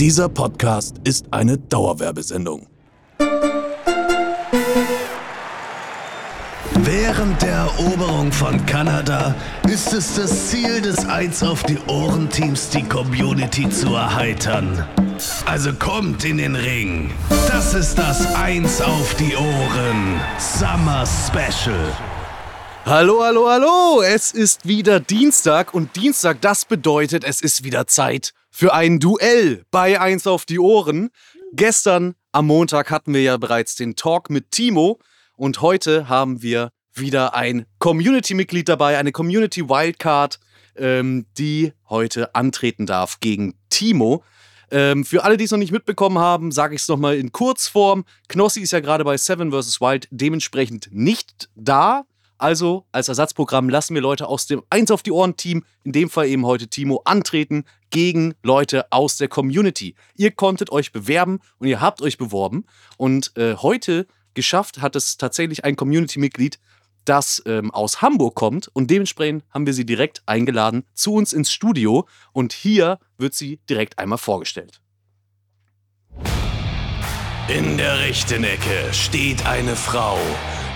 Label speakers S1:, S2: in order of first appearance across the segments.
S1: Dieser Podcast ist eine Dauerwerbesendung.
S2: Während der Eroberung von Kanada ist es das Ziel des Eins auf die Ohren Teams, die Community zu erheitern. Also kommt in den Ring. Das ist das Eins auf die Ohren Summer Special.
S3: Hallo, hallo, hallo! Es ist wieder Dienstag und Dienstag, das bedeutet, es ist wieder Zeit für ein Duell bei Eins auf die Ohren. Gestern am Montag hatten wir ja bereits den Talk mit Timo und heute haben wir wieder ein Community-Mitglied dabei, eine Community-Wildcard, ähm, die heute antreten darf gegen Timo. Ähm, für alle, die es noch nicht mitbekommen haben, sage ich es nochmal in Kurzform. Knossi ist ja gerade bei Seven vs. Wild dementsprechend nicht da. Also als Ersatzprogramm lassen wir Leute aus dem Eins auf die Ohren-Team, in dem Fall eben heute Timo, antreten gegen Leute aus der Community. Ihr konntet euch bewerben und ihr habt euch beworben. Und äh, heute geschafft hat es tatsächlich ein Community-Mitglied, das ähm, aus Hamburg kommt und dementsprechend haben wir sie direkt eingeladen zu uns ins Studio und hier wird sie direkt einmal vorgestellt.
S2: In der rechten Ecke steht eine Frau,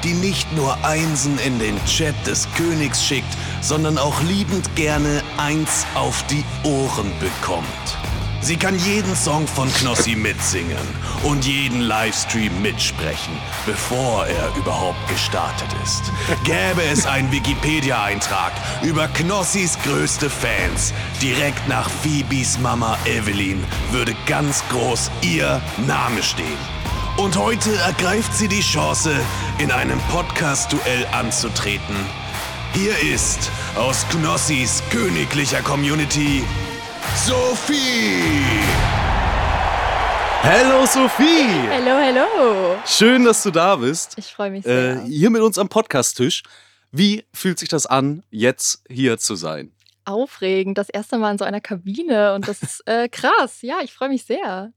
S2: die nicht nur Einsen in den Chat des Königs schickt, sondern auch liebend gerne eins auf die Ohren bekommt. Sie kann jeden Song von Knossi mitsingen und jeden Livestream mitsprechen, bevor er überhaupt gestartet ist. Gäbe es einen Wikipedia-Eintrag über Knossis größte Fans, direkt nach Phoebes Mama Evelyn würde ganz groß ihr Name stehen. Und heute ergreift sie die Chance, in einem Podcast-Duell anzutreten. Hier ist aus Knossis königlicher Community Sophie.
S3: Hello Sophie!
S4: Hallo, hallo.
S3: Schön, dass du da bist.
S4: Ich freue mich
S3: Äh,
S4: sehr.
S3: hier mit uns am Podcast-Tisch. Wie fühlt sich das an, jetzt hier zu sein?
S4: Aufregend, das erste Mal in so einer Kabine und das ist äh, krass. Ja, ich freue mich sehr.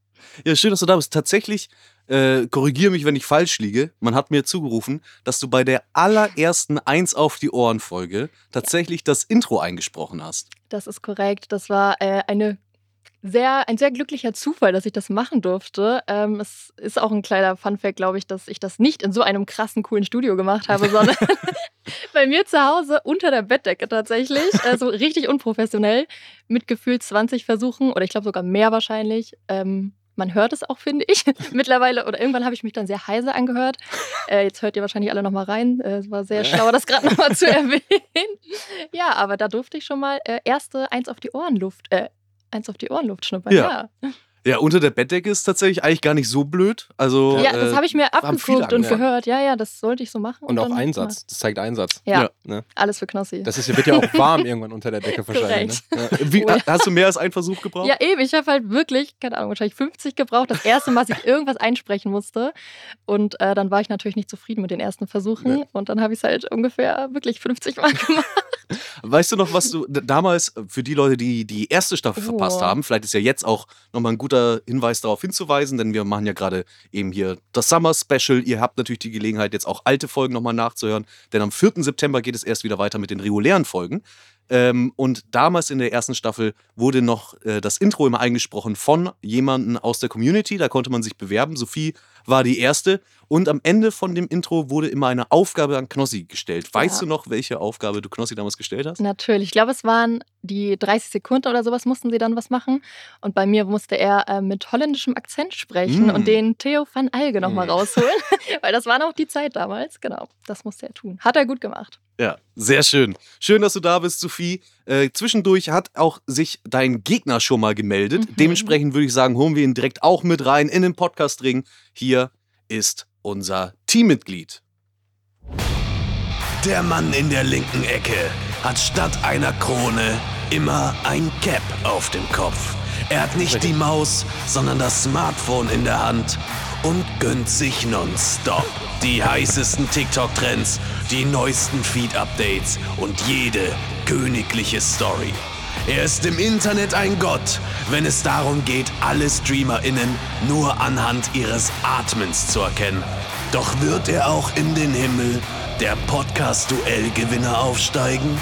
S3: Ja, schön, dass du da bist. Tatsächlich, äh, korrigiere mich, wenn ich falsch liege. Man hat mir zugerufen, dass du bei der allerersten Eins auf die Ohren-Folge tatsächlich das Intro eingesprochen hast.
S4: Das ist korrekt. Das war äh, eine sehr, ein sehr glücklicher Zufall, dass ich das machen durfte. Ähm, es ist auch ein kleiner Funfact, glaube ich, dass ich das nicht in so einem krassen, coolen Studio gemacht habe, sondern bei mir zu Hause unter der Bettdecke tatsächlich. Also richtig unprofessionell mit gefühlt 20 Versuchen oder ich glaube sogar mehr wahrscheinlich. Ähm, man hört es auch, finde ich, mittlerweile. Oder irgendwann habe ich mich dann sehr heiser angehört. Äh, jetzt hört ihr wahrscheinlich alle nochmal rein. Äh, Es war sehr schlau, das gerade nochmal zu erwähnen. Ja, aber da durfte ich schon mal äh, erste eins auf die Ohren Luft, äh, eins auf die Ohren Luft schnuppern.
S3: Ja.
S4: Ja,
S3: Ja, unter der Bettdecke ist tatsächlich eigentlich gar nicht so blöd. Also,
S4: ja. das
S3: äh,
S4: habe ich mir
S3: haben viele
S4: abgeguckt und
S3: angehört.
S4: gehört. Ja, ja, das sollte ich so machen.
S5: Und auch
S4: dann-
S5: Einsatz. Das zeigt Einsatz.
S4: Ja,
S3: Ja.
S5: Ne?
S4: alles für Knossi.
S5: Das ist, hier wird ja auch warm irgendwann unter der Decke wahrscheinlich. Ne? Ja.
S3: Wie,
S4: Oh ja.
S3: Hast du mehr als einen Versuch gebraucht?
S4: Ja, eben. Ich habe halt wirklich, keine Ahnung, wahrscheinlich 50 gebraucht. Das erste Mal, dass ich irgendwas einsprechen musste. Und äh, dann war ich natürlich nicht zufrieden mit den ersten Versuchen. Und dann habe ich es halt ungefähr wirklich 50 Mal gemacht.
S3: Weißt du noch, was du d- damals äh, für die Leute, die die erste Staffel
S4: Oh.
S3: verpasst haben, vielleicht ist ja jetzt auch nochmal ein guter Hinweis darauf hinzuweisen, denn wir machen ja gerade eben hier das Summer Special. Ihr habt natürlich die Gelegenheit, jetzt auch alte Folgen nochmal nachzuhören, denn am 4. September geht es erst wieder weiter mit den regulären Folgen. Ähm, und damals in der ersten Staffel wurde noch äh, das Intro immer eingesprochen von jemandem aus der Community. Da konnte man sich bewerben. Sophie war die erste. Und am Ende von dem Intro wurde immer eine Aufgabe an Knossi gestellt. Weißt
S4: Ja.
S3: du noch, welche Aufgabe du Knossi damals gestellt hast?
S4: Natürlich. Ich glaube, es waren die 30 Sekunden oder sowas, mussten sie dann was machen. Und bei mir musste er äh, mit holländischem Akzent sprechen
S3: Mm.
S4: und den Theo van Alge nochmal
S5: Mm.
S4: rausholen. Weil das war noch die Zeit damals. Genau. Das musste er tun. Hat er gut gemacht.
S3: Ja, sehr schön. Schön, dass du da bist, Sophie. Äh, zwischendurch hat auch sich dein Gegner schon mal gemeldet.
S4: Mhm.
S3: Dementsprechend würde ich sagen, holen wir ihn direkt auch mit rein in den Podcast-Ring. Hier ist unser Teammitglied.
S2: Der Mann in der linken Ecke hat statt einer Krone immer ein Cap auf dem Kopf. Er hat nicht die Maus, sondern das Smartphone in der Hand und gönnt sich nonstop die heißesten TikTok-Trends, die neuesten Feed-Updates und jede königliche Story. Er ist im Internet ein Gott, wenn es darum geht, alle StreamerInnen nur anhand ihres Atmens zu erkennen. Doch wird er auch in den Himmel der Podcast-Duell-Gewinner aufsteigen?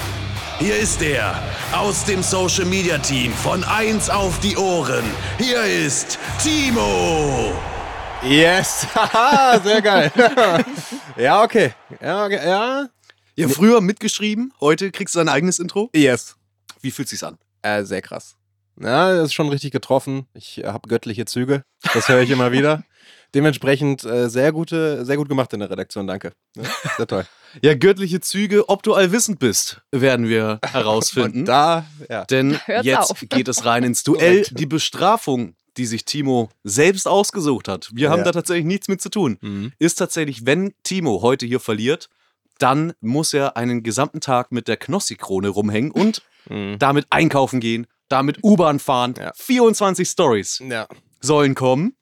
S2: Hier ist er, aus dem Social Media Team von 1 auf die Ohren. Hier ist Timo.
S5: Yes, haha, sehr geil. ja, okay. Ja, okay. ja.
S3: Ihr habt früher mitgeschrieben, heute kriegst du dein eigenes Intro.
S5: Yes.
S3: Wie fühlt sich's an?
S5: Äh, sehr krass. Ja, das ist schon richtig getroffen. Ich habe göttliche Züge. Das höre ich immer wieder. Dementsprechend äh, sehr gute, sehr gut gemacht in der Redaktion, danke. Ja, sehr toll.
S3: Ja, göttliche Züge, ob du allwissend bist, werden wir herausfinden.
S5: Und da, ja.
S3: Denn
S4: Hört's
S3: jetzt
S4: auf.
S3: geht es rein ins Duell. Die Bestrafung, die sich Timo selbst ausgesucht hat, wir haben
S5: Ja.
S3: da tatsächlich nichts mit zu tun,
S5: Mhm.
S3: ist tatsächlich, wenn Timo heute hier verliert, dann muss er einen gesamten Tag mit der Knossi-Krone rumhängen und
S5: Mhm.
S3: damit einkaufen gehen, damit U-Bahn fahren.
S5: Ja.
S3: 24 Stories
S5: Ja.
S3: sollen kommen.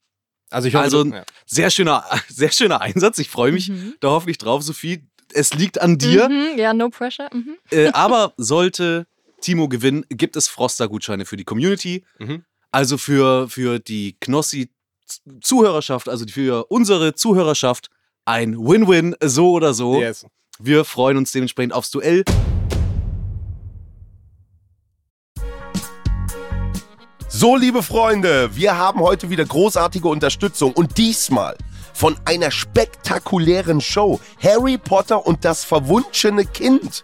S5: Also ich hoffe,
S3: Also-
S5: du- ja.
S3: Sehr schöner, sehr schöner Einsatz. Ich freue mich
S4: Mhm.
S3: da hoffentlich drauf, Sophie. Es liegt an dir.
S4: Mhm, ja, no pressure. Mhm.
S3: Äh, aber sollte Timo gewinnen, gibt es Froster-Gutscheine für die Community.
S5: Mhm.
S3: Also für, für die Knossi-Zuhörerschaft, also für unsere Zuhörerschaft ein Win-Win, so oder so.
S5: Yes.
S3: Wir freuen uns dementsprechend aufs Duell.
S6: So, liebe Freunde, wir haben heute wieder großartige Unterstützung und diesmal von einer spektakulären Show Harry Potter und das verwunschene Kind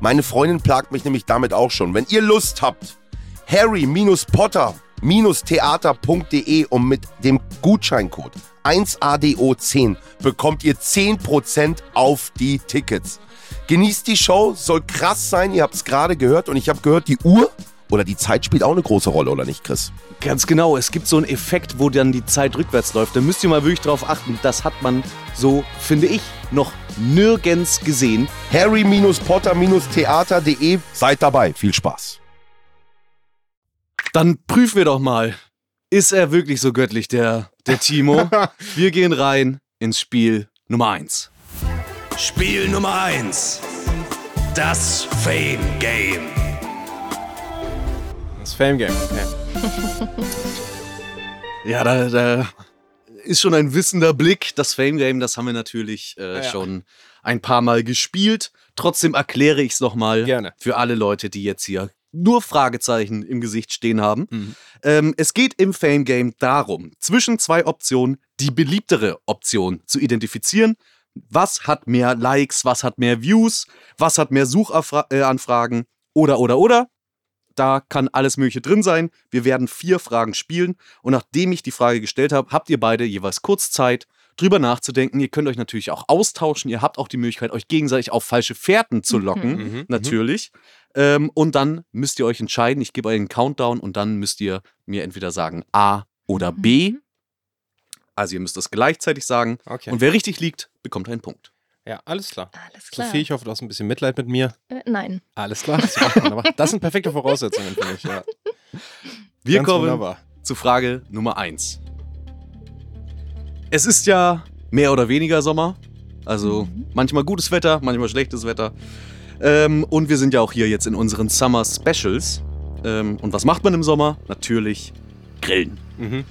S6: Meine Freundin plagt mich nämlich damit auch schon. Wenn ihr Lust habt, harry-potter-theater.de und um mit dem Gutscheincode 1ADO10 bekommt ihr 10% auf die Tickets. Genießt die Show, soll krass sein, ihr habt es gerade gehört und ich habe gehört, die Uhr oder die Zeit spielt auch eine große Rolle, oder nicht, Chris?
S3: Ganz genau, es gibt so einen Effekt, wo dann die Zeit rückwärts läuft. Da müsst ihr mal wirklich drauf achten. Das hat man, so finde ich, noch nirgends gesehen.
S6: harry-potter-theater.de, seid dabei, viel Spaß.
S3: Dann prüfen wir doch mal, ist er wirklich so göttlich, der, der Timo? wir gehen rein ins Spiel Nummer 1.
S2: Spiel Nummer 1. Das Fame Game.
S5: Das Fame Game. Okay.
S3: Ja, da, da ist schon ein wissender Blick. Das Fame Game, das haben wir natürlich äh,
S5: Ja.
S3: schon ein paar Mal gespielt. Trotzdem erkläre ich es nochmal
S5: Gerne.
S3: für alle Leute, die jetzt hier nur Fragezeichen im Gesicht stehen haben.
S5: Mhm.
S3: Ähm, es geht im Fame Game darum, zwischen zwei Optionen die beliebtere Option zu identifizieren. Was hat mehr Likes, was hat mehr Views, was hat mehr Suchanfragen äh, Anfragen? oder, oder, oder. Da kann alles Mögliche drin sein. Wir werden vier Fragen spielen. Und nachdem ich die Frage gestellt habe, habt ihr beide jeweils kurz Zeit, drüber nachzudenken. Ihr könnt euch natürlich auch austauschen. Ihr habt auch die Möglichkeit, euch gegenseitig auf falsche Fährten zu locken.
S5: Mhm, mhm.
S3: Natürlich. Ähm, und dann müsst ihr euch entscheiden. Ich gebe euch einen Countdown und dann müsst ihr mir entweder sagen A oder B.
S4: Mhm.
S3: Also ihr müsst das gleichzeitig sagen.
S5: Okay.
S3: Und wer richtig liegt, bekommt einen Punkt.
S5: Ja, alles klar.
S4: Alles klar.
S5: Sophie, ich hoffe, du hast ein bisschen Mitleid mit mir.
S4: Äh, nein.
S5: Alles klar. Das, macht man aber. das sind perfekte Voraussetzungen für mich. Ja.
S3: Wir
S5: Ganz
S3: kommen
S5: wunderbar.
S3: zu Frage Nummer 1. Es ist ja mehr oder weniger Sommer. Also
S4: Mhm.
S3: manchmal gutes Wetter, manchmal schlechtes Wetter. Ähm, und wir sind ja auch hier jetzt in unseren Summer Specials. Ähm, und was macht man im Sommer? Natürlich grillen.
S5: Mhm.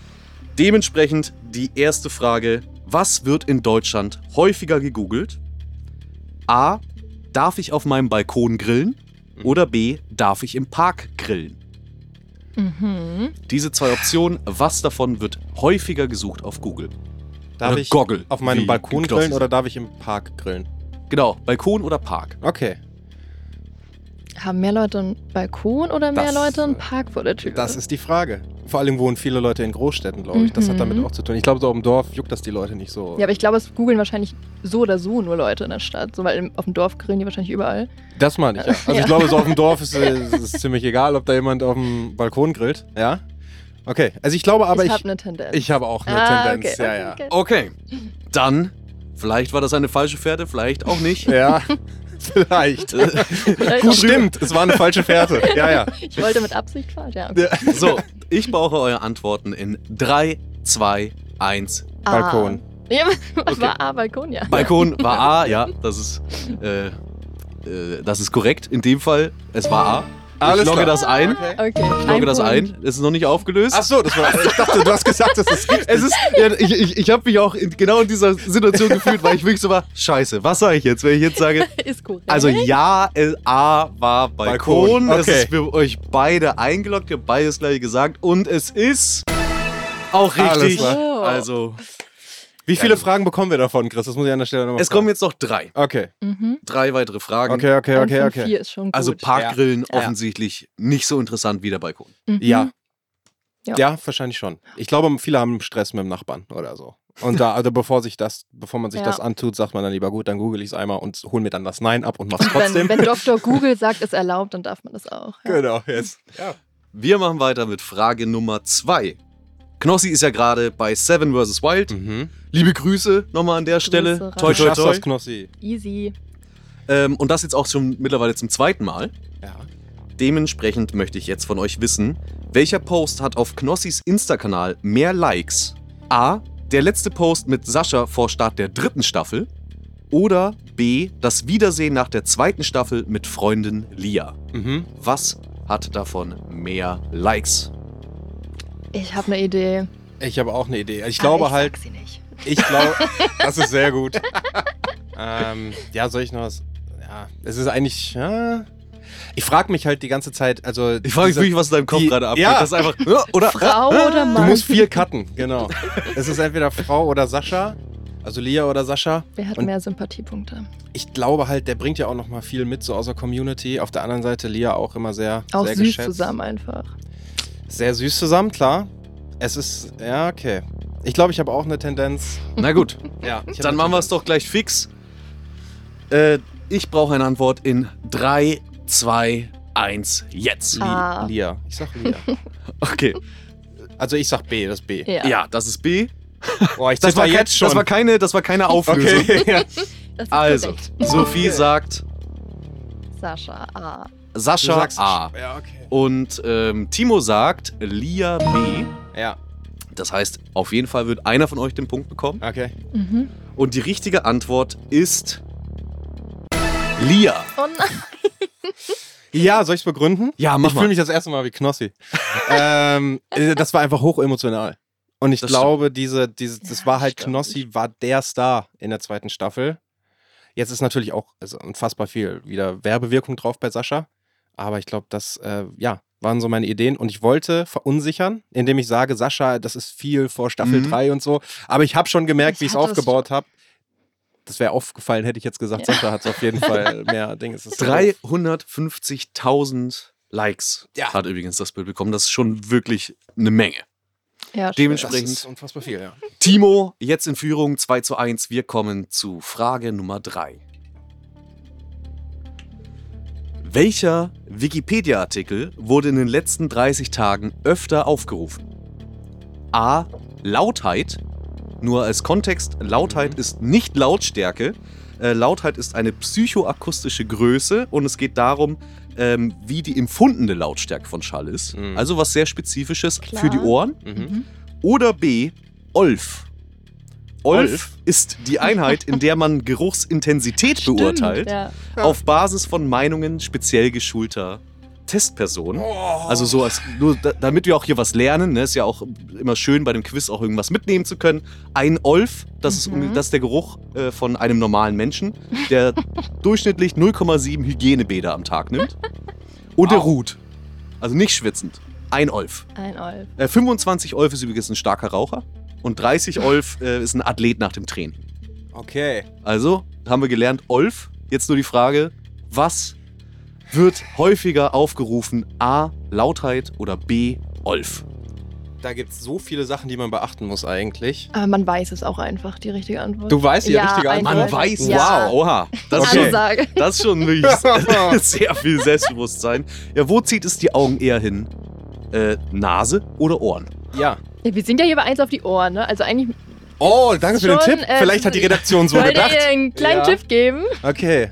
S3: Dementsprechend die erste Frage: Was wird in Deutschland häufiger gegoogelt? A. Darf ich auf meinem Balkon grillen? Oder B, darf ich im Park grillen?
S4: Mhm.
S3: Diese zwei Optionen, was davon wird häufiger gesucht auf Google?
S5: Darf
S3: Oder
S5: ich
S3: Goggle,
S5: auf meinem
S3: wie
S5: Balkon
S3: Knossi
S5: grillen
S3: sagt.
S5: oder darf ich im Park grillen?
S3: Genau, Balkon oder Park?
S5: Okay.
S4: Haben mehr Leute einen Balkon oder mehr
S5: Das,
S4: Leute einen
S5: äh,
S4: Park vor der Tür?
S5: Das ist die Frage. Vor allem wohnen viele Leute in Großstädten, glaube ich. Das hat
S4: Mhm.
S5: damit auch zu tun. Ich glaube, so auf dem Dorf juckt das die Leute nicht so.
S4: ja, aber ich glaube, es googeln wahrscheinlich so oder so nur Leute in der Stadt. So, weil im, auf dem Dorf grillen die wahrscheinlich überall.
S5: Das meine ich ja. Also
S4: Ja.
S5: ich glaube, so auf dem Dorf ist es ist ziemlich egal, ob da jemand auf dem Balkon grillt. Ja. Okay. Also ich glaube aber,
S4: ich
S5: ich,
S4: habe eine Tendenz.
S5: ich habe auch eine
S4: Ah,
S5: Tendenz.
S4: okay,
S5: ja,
S4: okay,
S5: ja.
S4: okay.
S3: Okay, dann, vielleicht war das eine falsche Fährte, vielleicht auch nicht.
S5: Ja, vielleicht.
S4: Vielleicht
S5: Gut,
S4: auch-
S5: Oh, stimmt, es war eine falsche Fährte. Ja, ja.
S4: Ich wollte mit Absicht falsch. Ja, okay.
S5: Ja.
S3: So, ich brauche eure Antworten in 3, 2, 1.
S5: Balkon.
S4: Ah. Ja, was
S3: Okay.
S4: war A, Balkon, ja.
S3: Balkon war A, ja, das ist, äh, äh, das ist korrekt. In dem Fall, es war A.
S5: Alles
S3: ich logge
S5: klar.
S3: das ein.
S5: Okay.
S4: Okay.
S3: Ich logge das ein. Es ist noch nicht aufgelöst.
S5: Ach so, das war, ich dachte, du hast gesagt, das ist richtig.
S3: Es ist, ja, ich, ich, ich habe mich auch in, genau in dieser Situation gefühlt, weil ich wirklich so war, scheiße, was sage ich jetzt, wenn ich jetzt sage,
S4: Ist korrekt.
S3: also ja, äh, A war Balkon,
S5: Balkon,
S3: das
S5: okay.
S3: ist für euch beide eingeloggt, ihr habt beides gleich gesagt und es ist auch
S5: Alles
S3: richtig.
S4: klar.
S3: Also,
S5: Wie viele Fragen bekommen wir davon, Chris? Das muss ich an der Stelle nochmal
S3: es kommen jetzt noch drei,
S5: Okay,
S4: Mhm.
S3: drei weitere Fragen.
S5: okay, okay,
S4: Eins
S5: okay.
S4: von
S5: okay.
S4: Vier ist schon gut.
S3: Also Parkgrillen
S5: Ja.
S3: offensichtlich nicht so interessant wie der Balkon.
S4: Mhm.
S5: Ja.
S4: Ja.
S5: ja. wahrscheinlich schon. Ich glaube, viele haben Stress mit dem Nachbarn oder so. Und da, also bevor sich das, bevor man sich
S4: Ja.
S5: das antut, sagt man dann lieber gut, dann google ich es einmal und hol mir dann das Nein ab und mach's
S4: Wenn,
S5: trotzdem.
S4: wenn Dr. Google sagt, ist erlaubt, dann darf man das auch. Ja.
S5: genau, jetzt. Ja.
S3: Wir machen weiter mit Frage Nummer zwei. Knossi ist ja gerade bei Seven vs. Wild.
S5: Mhm.
S3: Liebe Grüße nochmal an der Stelle.
S4: Grüße,
S3: toi, toi,
S5: Du schaffst
S3: toi.
S5: das, Knossi.
S4: Easy.
S3: Ähm, und das jetzt auch schon mittlerweile zum zweiten Mal.
S5: Ja.
S3: Dementsprechend möchte ich jetzt von euch wissen, welcher Post hat auf Knossis Insta-Kanal mehr Likes? A. Der letzte Post mit Sascha vor Start der dritten Staffel. Oder B. Das Wiedersehen nach der zweiten Staffel mit Freundin Lia.
S5: Mhm.
S3: Was hat davon mehr Likes?
S4: Ich habe eine Idee.
S5: Ich habe auch eine Idee. Ich
S4: aber
S5: glaube
S4: ich
S5: halt,
S4: Sag sie nicht.
S5: ich glaube, das ist sehr gut. ähm, ja, soll ich noch was? Ja, es ist eigentlich. Ja, ich frage mich halt die ganze Zeit, also.
S3: Ich frage mich
S5: diese-
S3: wirklich, was in deinem Kopf
S5: die-
S3: gerade abgeht.
S5: Ja.
S3: Das ist einfach. Oder.
S4: Frau oder
S5: Du
S4: Mann?
S5: musst viel cutten, genau. es ist entweder Frau oder Sascha, also Lia oder Sascha.
S4: Wer hat
S5: Und-
S4: mehr Sympathiepunkte?
S5: Ich glaube halt, der bringt ja auch noch mal viel mit so aus der Community. Auf der anderen Seite Lia auch immer sehr,
S4: Auch
S5: sehr
S4: süß
S5: geschätzt.
S4: zusammen einfach.
S5: Sehr süß zusammen, klar. Es ist, ja, okay. Ich glaube, ich habe auch eine Tendenz.
S3: Na gut.
S5: Ja, ich hab
S3: Dann
S5: eine
S3: machen wir es
S5: Tendenz.
S3: doch gleich fix. Äh, ich brauche eine Antwort in 3, 2, 1, jetzt.
S5: Li
S4: Ah.
S5: Lia. Ich sag Lia.
S3: Okay.
S5: Also ich sag B, das ist B.
S4: Ja.
S3: Ja, das ist B.
S5: Boah, ich
S3: Das
S5: tippe
S3: war,
S5: jetzt schon.
S3: Das war keine, das war keine Auflösung.
S5: okay. ja.
S4: Das ist
S3: Also,
S4: korrekt.
S3: Sophie sagt
S4: Sascha A.
S5: Du
S3: Sascha
S5: sagst
S3: A.
S5: Ja, okay.
S3: Und ähm, Timo sagt Lia B.
S5: Ja,
S3: Das heißt, auf jeden Fall wird einer von euch den Punkt bekommen.
S5: okay.
S4: Mhm.
S3: Und die richtige Antwort ist Lia.
S4: Oh nein.
S5: Ja, soll ich es begründen?
S3: Ja,
S5: ich fühle mich das erste Mal wie Knossi. ähm, äh, das war einfach hoch emotional. Und ich
S3: Das
S5: glaube, diese, diese, das
S4: Ja,
S5: war halt
S4: stimmt.
S5: Knossi, war der Star in der zweiten Staffel. Jetzt ist natürlich auch also unfassbar viel wieder Werbewirkung drauf bei Sascha. Aber ich glaube, das äh, ja, waren so meine Ideen. Und ich wollte verunsichern, indem ich sage, Sascha, das ist viel vor Staffel
S3: Mhm.
S5: 3 und so. Aber ich habe schon gemerkt,
S4: Ich
S5: wie ich es
S4: hatte es
S5: aufgebaut habe. Das wäre aufgefallen, hätte ich jetzt gesagt,
S4: Ja.
S5: Sascha hat auf jeden Fall mehr Dinge. Es ist
S3: 350.000 Likes
S5: Ja.
S3: hat übrigens das Bild bekommen. Das ist schon wirklich eine Menge.
S4: Ja,
S5: Das
S3: Dementsprechend
S5: ist unfassbar viel, ja.
S3: Timo, jetzt in Führung 2 zu 1. Wir kommen zu Frage Nummer 3. Welcher Wikipedia-Artikel wurde in den letzten 30 Tagen öfter aufgerufen? A. Lautheit. Nur als Kontext, Lautheit ist nicht Lautstärke. Äh, Lautheit ist eine psychoakustische Größe und es geht darum, ähm, wie die empfundene Lautstärke von Schall ist.
S5: Mhm.
S3: Also was sehr Spezifisches
S4: Klar.
S3: für die Ohren.
S5: Mhm.
S3: Oder B, Olf. Olf,
S5: Olf?
S3: ist die Einheit, in der man Geruchsintensität
S4: Stimmt,
S3: beurteilt,
S4: Ja.
S3: auf Basis von Meinungen speziell geschulter Testperson.
S4: Oh.
S3: Also so als nur da, damit wir auch hier was lernen, ne, ist ja auch immer schön bei dem Quiz auch irgendwas mitnehmen zu können. Ein Olf, das ist
S4: Mhm.
S3: ist das ist der Geruch äh, von einem normalen Menschen, der durchschnittlich 0,7 Hygienebäder am Tag nimmt. Und der ruht. Also nicht schwitzend. Ein Olf.
S4: Ein Olf.
S3: Äh, 25 Olf ist übrigens ein starker Raucher und 30 Olf äh, ist ein Athlet nach dem Training.
S5: Okay.
S3: Also haben wir gelernt, Olf. Jetzt nur die Frage, was wird häufiger aufgerufen? A. Lautheit oder B. Olf.
S5: Da gibt es so viele Sachen, die man beachten muss eigentlich.
S4: Aber Äh, man weiß es auch einfach, die richtige Antwort.
S5: Du weißt die
S4: Ja,
S5: richtige Antwort.
S4: Man
S3: Man
S4: Olf.
S3: weiß, es.
S4: Ja.
S3: wow, oha. Das, ist
S5: Okay.
S4: Alle
S3: schon,
S4: sagen.
S3: das ist schon wirklich sehr viel Selbstbewusstsein. Ja, wo zieht es die Augen eher hin? Äh, Nase oder Ohren?
S5: Ja.
S4: Ja, wir sind ja hier bei eins auf die Ohren, ne? Also eigentlich
S5: Oh, danke für den
S4: Schon,
S5: Tipp.
S4: äh,
S5: Vielleicht hat die Redaktion so
S4: wollte
S5: gedacht.
S4: ich dir einen kleinen
S5: Ja.
S4: Tipp geben.
S5: Okay.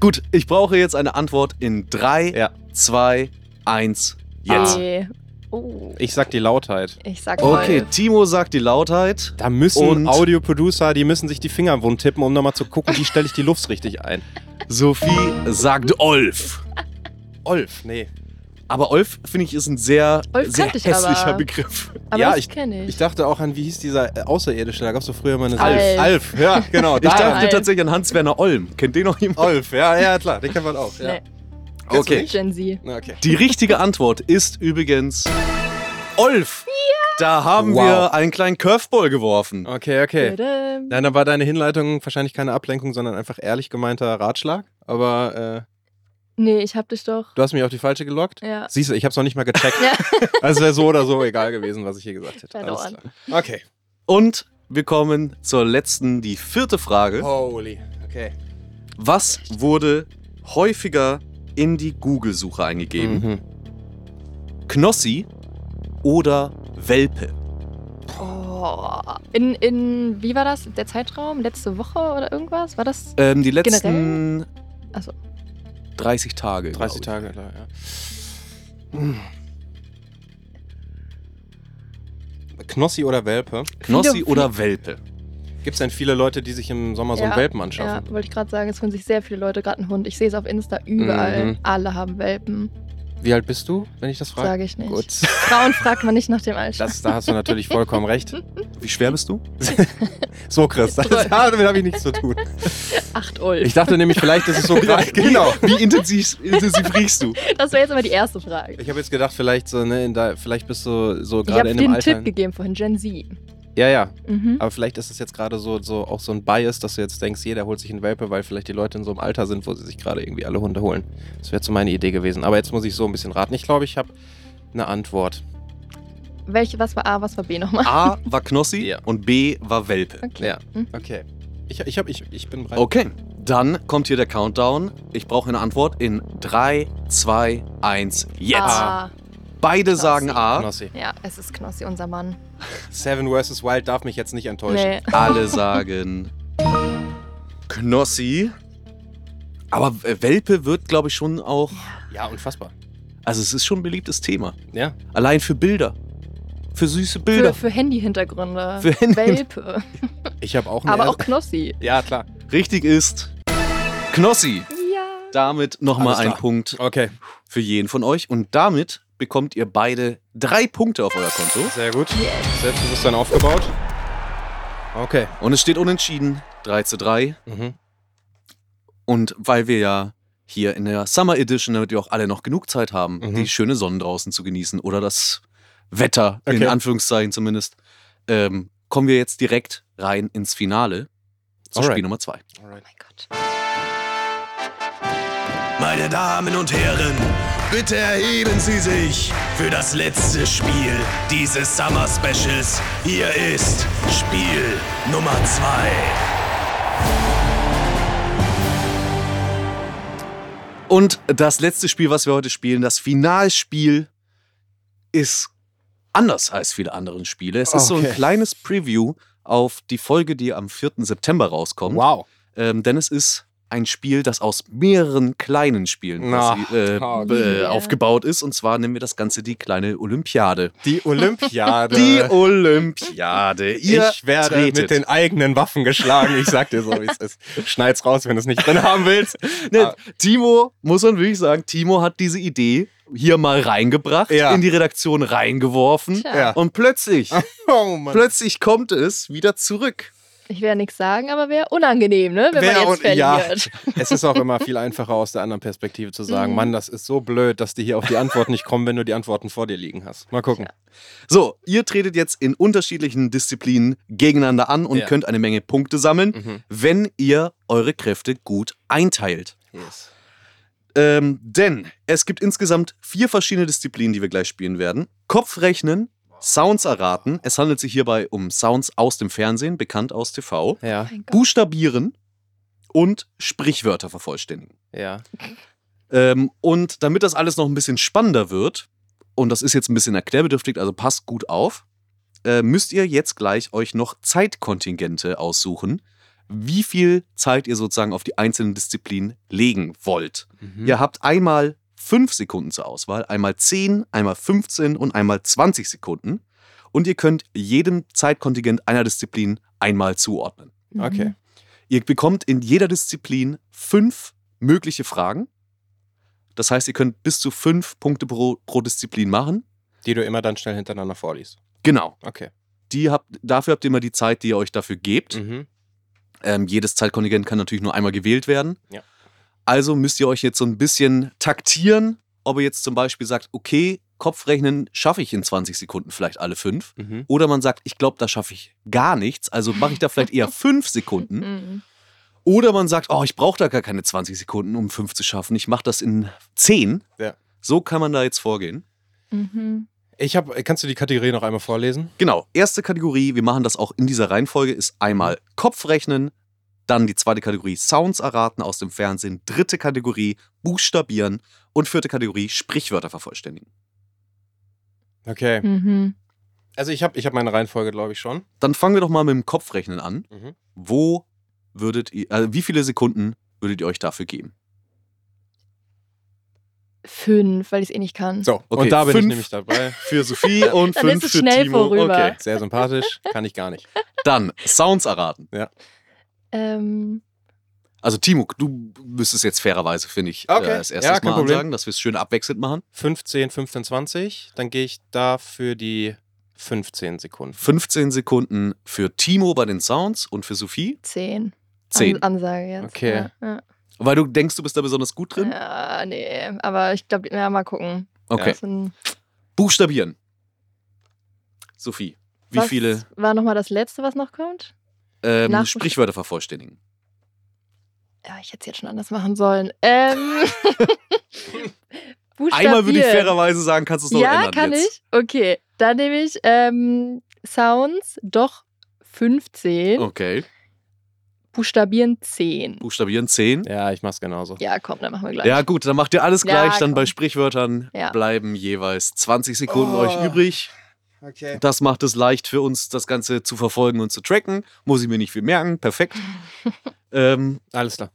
S3: Gut, ich brauche jetzt eine Antwort in 3,
S5: Ja.
S3: 2, 1, jetzt.
S4: Okay. Oh,
S5: Ich sag die Lautheit.
S4: ich sag mal.
S3: Okay, Timo sagt die Lautheit.
S5: Da müssen
S3: Und-
S5: Audioproducer, die müssen sich die Finger wund tippen, um nochmal zu gucken, wie stelle ich die Luft richtig ein.
S3: Sophie sagt Olf.
S5: Olf, nee.
S3: Aber Olf, finde ich, ist ein sehr,
S4: Olf
S3: sehr
S4: kannte ich
S3: hässlicher
S4: aber.
S3: Begriff.
S4: Aber
S5: Ja,
S4: das
S5: ich-
S4: kenne ich.
S5: Ich dachte auch an, wie hieß dieser äh, Außerirdische? Da gab es doch früher mal eine
S4: Alf.
S5: Serie. Alf, ja, genau.
S3: Ich dachte
S4: Olf.
S3: tatsächlich an Hans-Werner Olm. Kennt den noch jemand?
S5: Olf, ja, ja, klar, den kennt man auch. Ja.
S4: Nee.
S5: Kennst du
S3: Okay.
S5: nicht?
S4: Gen Z.
S5: Na, okay.
S3: Die richtige Antwort ist übrigens Olf. Da haben
S5: Wow.
S3: wir einen kleinen Curveball geworfen.
S5: Okay, okay.
S4: Tadam.
S5: Nein, dann war deine Hinleitung wahrscheinlich keine Ablenkung, sondern einfach ehrlich gemeinter Ratschlag. Aber äh,
S4: Nee, ich hab dich doch.
S5: du hast mich auf die falsche gelockt.
S4: Ja.
S5: Siehst du, ich hab's noch nicht mal gecheckt.
S4: Ja.
S5: Also wäre so oder so egal gewesen, was ich hier gesagt hätte. Alles
S4: Verloren.
S5: klar. Okay.
S3: Und wir kommen zur letzten, die vierte Frage.
S5: Holy. Okay.
S3: Was wurde häufiger in die Google-Suche eingegeben?
S5: Mhm.
S3: Knossi oder Welpe?
S4: Oh. In, in, wie war das? Der Zeitraum? Letzte Woche oder irgendwas? War das?
S3: Ähm, die letzten
S4: Ach so.
S3: 30 Tage.
S5: 30
S3: glaub
S5: Tage, klar, ja. Hm. Knossi oder Welpe?
S3: ich. Knossi
S4: Viele-
S3: oder Welpe?
S5: Gibt es denn viele Leute, die sich im Sommer so einen
S4: Ja,
S5: Welpen
S4: Ja,
S5: anschaffen?
S4: wollte ich gerade sagen, es holen sich sehr viele Leute gerade einen Hund. Ich sehe es auf Insta überall.
S5: Mhm.
S4: Alle haben Welpen,
S5: Wie alt bist du, wenn ich das frage?
S4: sage ich nicht.
S5: Gut.
S4: Frauen fragt man nicht nach dem Alter.
S5: Das, da hast du natürlich vollkommen recht.
S3: Wie schwer bist du?
S5: So, Chris, das, damit habe ich nichts zu tun.
S4: Acht Ulf.
S5: Ich dachte nämlich, vielleicht ist es so gerade. Genau.
S3: Wie intensiv, intensiv riechst du?
S4: das wäre jetzt immer die erste Frage.
S5: Ich habe jetzt gedacht, vielleicht, so, ne, in da, vielleicht bist du so
S4: Ich habe
S5: gerade in
S4: dir
S5: dem
S4: einen
S5: Alter. Ah.
S4: Tipp gegeben vorhin, Gen Z.
S5: ja, ja.
S4: Mhm.
S5: Aber vielleicht ist es jetzt gerade so, so auch so ein Bias, dass du jetzt denkst, jeder holt sich einen Welpe, weil vielleicht die Leute in so einem Alter sind, wo sie sich gerade irgendwie alle Hunde holen. Das wäre so meine Idee gewesen. Aber jetzt muss ich so ein bisschen raten. Ich glaube, ich habe eine Antwort.
S4: Welche, was war A, was war B nochmal?
S3: A war Knossi
S5: Ja.
S3: und B war Welpe.
S5: Ja.
S4: Mhm.
S5: Okay. Ich, ich, hab, ich, ich bin bereit.
S3: Okay, dann kommt hier der Countdown. Ich brauche eine Antwort in 3, 2, 1, jetzt.
S4: A.
S3: Beide
S4: Ah, Knossi.
S3: sagen A,
S5: Knossi.
S4: Ja, es ist Knossi, unser Mann.
S5: Seven vs. Wild darf mich jetzt nicht enttäuschen.
S4: Nee.
S3: alle sagen Knossi. Aber äh, Welpe wird, glaube ich, schon auch.
S5: Ja, unfassbar.
S3: Also, es ist schon ein beliebtes Thema.
S5: Ja.
S3: Allein für Bilder. Für süße
S4: Für,
S3: Bilder.
S4: für Handy-Hintergründe.
S3: Für Handy-
S4: Welpe.
S5: Ich habe auch eine
S4: Aber
S5: Ehr-
S4: auch Knossi.
S5: Ja, klar.
S3: Richtig ist Knossi.
S4: Ja.
S3: Damit nochmal
S5: Alles
S3: ein
S5: klar.
S3: Punkt
S5: Okay,
S3: für jeden von euch. Und damit bekommt ihr beide drei Punkte auf euer Konto.
S5: sehr gut. Selbstbewusstsein aufgebaut. Okay.
S3: Und es steht unentschieden. 3 zu 3.
S5: Mhm.
S3: Und weil wir ja hier in der Summer Edition, damit wir auch alle noch genug Zeit haben,
S5: Mhm.
S3: die schöne Sonne draußen zu genießen oder das Wetter, in
S5: Okay.
S3: Anführungszeichen zumindest, ähm, kommen wir jetzt direkt rein ins Finale zu
S5: Alright.
S3: Spiel Nummer 2.
S4: Oh mein Gott.
S2: Meine Damen und Herren, bitte erheben Sie sich für das letzte Spiel dieses Summer Specials. Hier ist Spiel Nummer 2.
S3: Und das letzte Spiel, was wir heute spielen, das Finalspiel, ist anders als viele anderen Spiele. Es ist so ein
S5: Okay.
S3: kleines Preview auf die Folge, die am 4. September rauskommt.
S5: Wow.
S3: Ähm, denn es ist ein Spiel, das aus mehreren kleinen Spielen
S5: Na,
S3: quasi, äh,
S5: okay.
S3: b- äh,
S4: Yeah.
S3: aufgebaut ist. Und zwar nennen wir das Ganze die kleine Olympiade.
S5: Die Olympiade.
S3: Die Olympiade. Ihr
S5: ich werde
S3: tretet.
S5: mit den eigenen Waffen geschlagen. Ich sag dir so, wie es ist. Schneid's raus, wenn du es nicht drin haben willst. Ah.
S3: Ne, Timo, muss man wirklich sagen, Timo hat diese Idee hier mal reingebracht,
S5: Ja.
S3: in die Redaktion reingeworfen.
S4: Tja,
S5: Ja.
S3: Und plötzlich,
S5: Oh Mann.
S3: plötzlich kommt es wieder zurück.
S4: ich werde nichts sagen, aber wäre unangenehm, ne? Wenn
S5: Wär
S4: man
S5: un-
S4: jetzt verliert. Mhm.
S5: ja. Es ist auch immer viel einfacher aus der anderen Perspektive zu sagen, Mann, das ist so blöd, dass die hier auf die Antwort nicht kommen, wenn du die Antworten vor dir liegen hast. Mal gucken.
S3: So, ihr tretet jetzt in unterschiedlichen Disziplinen gegeneinander an und
S5: Ja.
S3: könnt eine Menge Punkte sammeln,
S5: Mhm.
S3: wenn ihr eure Kräfte gut einteilt.
S5: Yes.
S3: Ähm, denn es gibt insgesamt vier verschiedene Disziplinen, die wir gleich spielen werden. Kopfrechnen, Sounds erraten. Es handelt sich hierbei um Sounds aus dem Fernsehen, bekannt aus TV.
S5: Ja,
S4: Oh Mein Gott.
S3: Buchstabieren und Sprichwörter vervollständigen.
S5: ja.
S3: Ähm, und damit das alles noch ein bisschen spannender wird, und das ist jetzt ein bisschen erklärbedürftig, also passt gut auf, äh, müsst ihr jetzt gleich euch noch Zeitkontingente aussuchen, wie viel Zeit ihr sozusagen auf die einzelnen Disziplinen legen wollt. Ihr habt einmal 5 Sekunden zur Auswahl, einmal 10, einmal 15 und einmal 20 Sekunden. Und ihr könnt jedem Zeitkontingent einer Disziplin einmal zuordnen.
S5: Okay.
S3: Ihr bekommt in jeder Disziplin fünf mögliche Fragen. Das heißt, ihr könnt bis zu fünf Punkte pro, pro Disziplin machen.
S5: Die du immer dann schnell hintereinander vorliest.
S3: Genau.
S5: Okay.
S3: Die habt, dafür habt ihr immer die Zeit, die ihr euch dafür gebt.
S5: Mhm.
S3: Ähm, jedes Zeitkontingent kann natürlich nur einmal gewählt werden.
S5: Ja.
S3: Also müsst ihr euch jetzt so ein bisschen taktieren, ob ihr jetzt zum Beispiel sagt, okay, Kopfrechnen schaffe ich in 20 Sekunden vielleicht alle fünf.
S5: Mhm.
S3: Oder man sagt, ich glaube, da schaffe ich gar nichts. Also mache ich da vielleicht eher fünf Sekunden.
S4: Mhm.
S3: Oder man sagt, oh, ich brauche da gar keine 20 Sekunden, um fünf zu schaffen. Ich mache das in 10.
S5: Ja.
S3: So kann man da jetzt vorgehen.
S4: Mhm.
S5: Ich hab, kannst du die Kategorie noch einmal vorlesen?
S3: Genau, erste Kategorie, wir machen das auch in dieser Reihenfolge, ist einmal Kopfrechnen, dann die zweite Kategorie Sounds erraten aus dem Fernsehen, dritte Kategorie Buchstabieren und vierte Kategorie Sprichwörter vervollständigen.
S5: Okay.
S4: Mhm.
S5: Also ich habe ich hab meine Reihenfolge, glaube ich, schon.
S3: Dann fangen wir doch mal mit dem Kopfrechnen an.
S5: Mhm.
S3: Wo würdet ihr, äh, wie viele Sekunden würdet ihr euch dafür geben?
S4: Fünf, weil ich es eh nicht kann.
S5: So,
S3: Okay,
S5: und da bin
S3: fünf.
S5: ich nämlich dabei.
S3: Für Sophie und
S4: Dann ist
S3: fünf
S4: es
S3: für
S4: schnell
S3: Timo.
S4: vorüber.
S3: Okay.
S5: Sehr sympathisch, kann ich gar nicht.
S3: Dann Sounds erraten.
S4: Ähm,
S3: Also Timo, du müsstest jetzt fairerweise, finde ich,
S5: Okay.
S3: äh, als
S5: Ja,
S3: erstes
S5: kein
S3: mal
S5: Problem.
S3: ansagen, dass wir es schön abwechselnd machen.
S5: 15, 15, 20. Dann gehe ich da für die 15 Sekunden.
S3: 15 Sekunden für Timo bei den Sounds und für Sophie
S4: zehn.
S3: 10.
S4: An Ansage jetzt.
S5: Okay.
S4: Ja,
S3: Weil du denkst, du bist da besonders gut
S4: ja.
S3: drin?
S4: ja, nee, aber ich glaube, ja, mal gucken.
S3: Okay.
S4: So ein-
S3: Buchstabieren. Sophie, wie
S4: was
S3: viele
S4: War nochmal das letzte, was noch kommt?
S3: ähm,
S4: Nachbuchstaben?
S3: Sprichwörter vervollständigen?
S4: Ja, ich hätte es jetzt schon anders machen sollen. Ähm.
S3: Einmal würde ich
S4: buchstabieren.
S3: fairerweise sagen, kannst du es noch
S4: Ja,
S3: ändern
S4: kann
S3: jetzt.
S4: ich. Okay, dann nehme ich ähm, Sounds doch 15,
S3: Okay.
S4: buchstabieren 10.
S3: Buchstabieren 10. Ja.
S5: Ja, ich mach's genauso.
S4: Ja, komm, dann machen wir gleich.
S3: gut, dann macht ihr alles
S4: Ja,
S3: gleich. dann
S4: komm.
S3: bei Sprichwörtern
S4: Ja.
S3: bleiben jeweils 20 Sekunden
S5: Oh.
S3: euch übrig.
S5: Okay.
S3: Das macht es leicht für uns, das Ganze zu verfolgen und zu tracken. Muss ich mir nicht viel merken. Perfekt. ähm,
S5: Alles klar.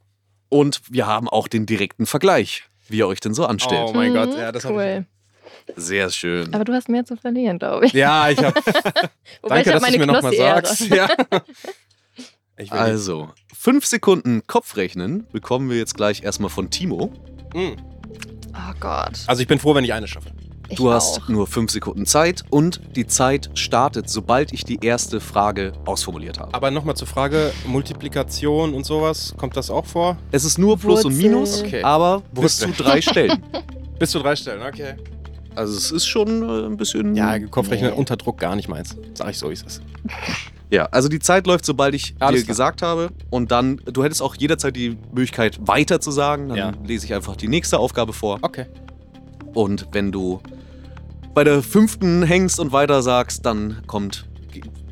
S3: und wir haben auch den direkten Vergleich, wie ihr euch denn so anstellt.
S5: Oh mein
S4: Mhm,
S5: Gott, ja, das hab ich-
S4: cool.
S5: Oh.
S3: Sehr schön.
S4: Aber du hast mehr zu verlieren, glaube ich.
S5: Ja, ich hab.
S4: Wobei
S5: Danke,
S4: ich hab
S5: dass du es mir nochmal
S4: eher
S5: sagst.
S4: da.
S5: Ja. Ich will
S3: Also, fünf Sekunden Kopfrechnen bekommen wir jetzt gleich erstmal von Timo.
S5: nicht. Mm.
S4: Oh Gott.
S5: Also ich bin froh, wenn ich eine schaffe.
S4: Ich
S3: Du hast
S4: auch.
S3: nur fünf Sekunden Zeit und die Zeit startet, sobald ich die erste Frage ausformuliert habe.
S5: Aber nochmal zur Frage, Multiplikation und sowas, kommt das auch vor?
S3: Es ist nur Plus und
S4: Wurzel.
S3: Minus,
S5: Okay.
S3: aber bis zu
S5: Wurzel.
S3: drei Stellen.
S5: Bis zu drei Stellen, okay.
S3: Also es ist schon äh, ein bisschen...
S5: Ja, Kopfrechnen
S4: Nee.
S5: unter Druck gar nicht meins. Sag ich so, wie es ist.
S3: Ja, also die Zeit läuft, sobald ich
S5: Alles
S3: dir
S5: klar.
S3: gesagt habe. Und dann, du hättest auch jederzeit die Möglichkeit, weiter zu sagen. Dann
S5: Ja.
S3: lese ich einfach die nächste Aufgabe vor.
S5: Okay.
S3: Und wenn du bei der fünften hängst und weiter sagst, dann kommt,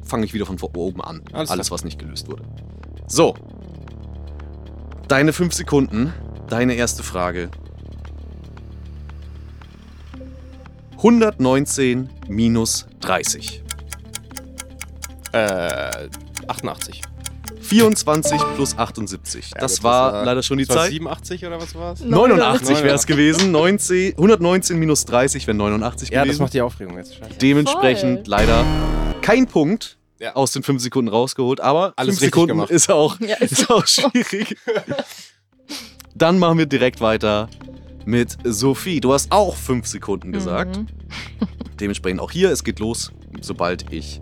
S3: fange ich wieder von vor- oben an.
S5: Alles
S3: Alles,
S5: klar.
S3: was nicht gelöst wurde. So. Deine fünf Sekunden, deine erste Frage. 119 minus 30.
S5: Äh, 88.
S3: 24 plus 78.
S5: Ja,
S3: das,
S5: gut,
S3: war leider schon die
S5: das war
S3: Zeit.
S5: 87 oder was war's?
S4: No.
S3: 89 wäre es gewesen. 90, 119 minus 30 wären 89
S5: Ja, das
S3: gewesen.
S5: macht die Aufregung jetzt. Scheiße.
S3: Dementsprechend
S4: Voll.
S3: leider kein Punkt
S5: Ja.
S3: aus den 5 Sekunden rausgeholt, aber
S5: Alles
S3: 5
S5: richtig
S3: Sekunden
S5: gemacht.
S3: ist auch,
S4: Ja,
S3: ist auch schwierig. Dann machen wir direkt weiter. mit Sophie. Du hast auch fünf Sekunden gesagt.
S4: Mhm.
S3: Dementsprechend auch hier, es geht los, sobald ich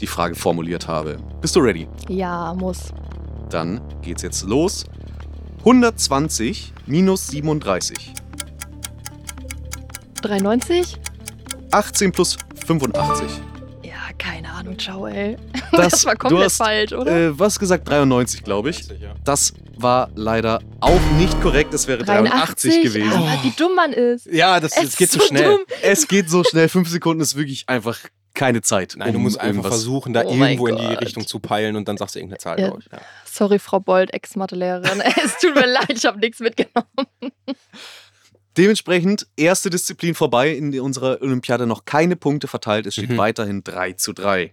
S3: die Frage formuliert habe. Bist du ready?
S4: Ja, muss.
S3: Dann geht's jetzt los. 120 minus 37.
S4: 93?
S3: 18 plus 85.
S4: Ja, keine Ahnung, ciao, ey.
S3: Das,
S4: war komplett
S3: du hast,
S4: falsch, oder?
S3: Äh, was gesagt? 93, glaube ich.
S5: ja.
S3: Das war leider auch nicht korrekt. Es wäre 83, gewesen.
S4: Aber Oh, wie dumm man ist.
S5: Ja, das,
S4: Es
S5: das geht
S4: ist
S5: zu
S4: so
S5: schnell.
S4: dumm.
S3: Es geht so schnell. Fünf Sekunden ist wirklich einfach keine Zeit.
S5: Nein, du
S3: um
S5: musst einfach
S3: irgendwas-
S5: versuchen, da
S4: Oh mein
S5: irgendwo in die
S4: Gott.
S5: Richtung zu peilen und dann sagst du irgendeine Zahl,
S4: Ja.
S5: glaub ich. Ja.
S4: Sorry, Frau Bold, Ex-Mathelehrerin. Es tut mir leid, ich habe nichts mitgenommen.
S3: Dementsprechend erste Disziplin vorbei in unserer Olympiade noch keine Punkte verteilt. Es steht
S5: Mhm.
S3: weiterhin 3 zu 3.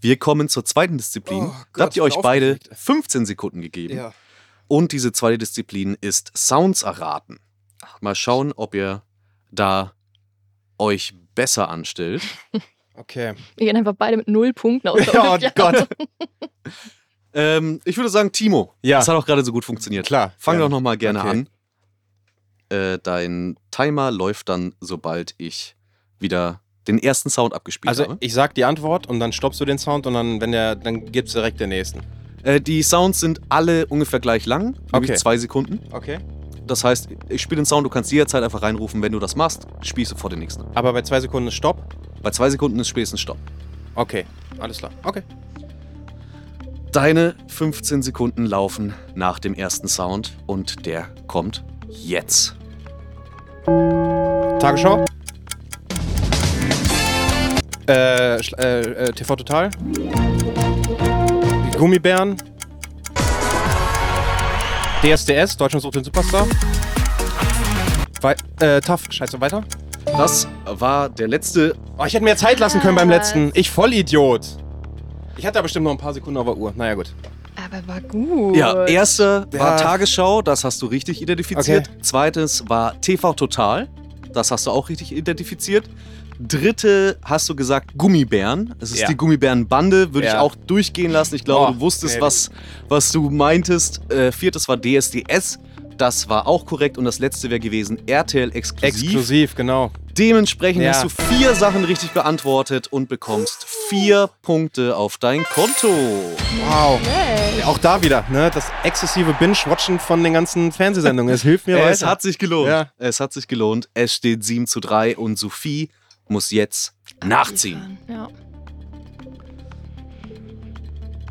S3: Wir kommen zur zweiten Disziplin.
S5: Oh
S3: da
S5: Gott,
S3: habt ihr
S5: ich
S3: euch
S5: bin
S3: beide
S5: aufgeregt.
S3: 15 Sekunden gegeben. Und diese zweite Disziplin ist Sounds erraten. Mal schauen, ob ihr da euch besser anstellt.
S5: Okay.
S4: Wir gehen einfach beide mit null Punkten aus der
S5: Oh
S4: Olympiade.
S5: Gott.
S3: Ähm, ich würde sagen, Timo.
S5: Ja.
S3: Das hat auch gerade so gut funktioniert.
S5: Klar,
S3: Fang
S5: gerne.
S3: doch nochmal gerne
S5: Okay.
S3: an. Äh, dein Timer läuft dann, sobald ich wieder den ersten Sound abgespielt
S5: Also
S3: habe.
S5: ich sag die Antwort und dann stoppst du den Sound und dann, wenn der, dann gibst du direkt den nächsten.
S3: Äh, die Sounds sind alle ungefähr gleich lang, nämlich
S5: Okay.
S3: zwei Sekunden.
S5: Okay.
S3: Das heißt, ich spiele den Sound, du kannst jederzeit einfach reinrufen. Wenn du das machst, spielst du vor den nächsten.
S5: Aber bei zwei Sekunden ist Stopp.
S3: Bei zwei Sekunden ist spätestens Stopp.
S5: Okay. Alles klar. Okay.
S3: Deine 15 Sekunden laufen nach dem ersten Sound und der kommt jetzt.
S5: Tagesschau. Äh, Schla- äh, äh, TV Total. Gummibären. DSDS, Deutschland sucht den Superstar. Wei äh, tough, scheiße, weiter.
S3: Das war der letzte.
S5: Oh, ich hätte mir Zeit lassen können beim letzten. Ich Vollidiot. Ich hatte da bestimmt noch ein paar Sekunden auf der Uhr. Naja, gut.
S4: Aber war gut.
S3: Ja, erster
S5: Ja.
S3: war Tagesschau, das hast du richtig identifiziert. Zweites war TV Total, das hast du auch richtig identifiziert. Dritte hast du gesagt Gummibären. Es ist
S5: Ja.
S3: die Gummibärenbande, würde ich
S5: Ja.
S3: auch durchgehen lassen. Ich glaube,
S5: Oh,
S3: du wusstest,
S5: nee.
S3: was, was du meintest. Äh, viertes war DSDS, das war auch korrekt. Und das letzte wäre gewesen RTL Exklusiv.
S5: Exklusiv, genau.
S3: Dementsprechend
S5: Ja.
S3: hast du vier Sachen richtig beantwortet und bekommst vier Punkte auf dein Konto.
S5: Wow. Ja, auch da wieder, ne? Das exzessive Binge-Watchen von den ganzen Fernsehsendungen. Es hilft mir
S3: Es
S5: weiter.
S3: hat sich gelohnt.
S5: Ja.
S3: Es hat sich gelohnt. Es steht 7 zu 3 und Sophie muss jetzt nachziehen.
S4: Ja.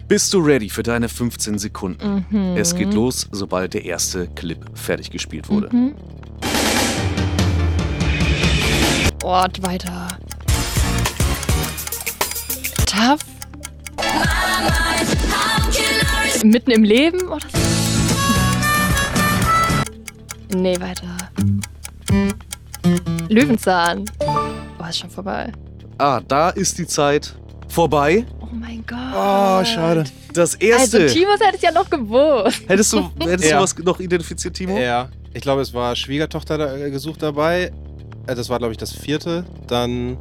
S3: Bist du ready für deine 15 Sekunden? Es geht los, sobald der erste Clip fertig gespielt wurde.
S4: Ort weiter. Tough. Mitten im Leben oder so? Nee, weiter. Löwenzahn. Oh, ist schon vorbei.
S3: Ah, da ist die Zeit vorbei.
S4: Oh mein Gott.
S5: Oh, schade.
S3: Das
S4: Also,
S3: erste.
S4: Timos hätte es ja noch gewusst.
S3: hättest du, hättest
S5: Ja.
S3: du was noch identifiziert, Timo?
S5: Ja, ich glaube, es war Schwiegertochter da, äh, gesucht dabei. Äh, Das war, glaube ich, das vierte. Dann,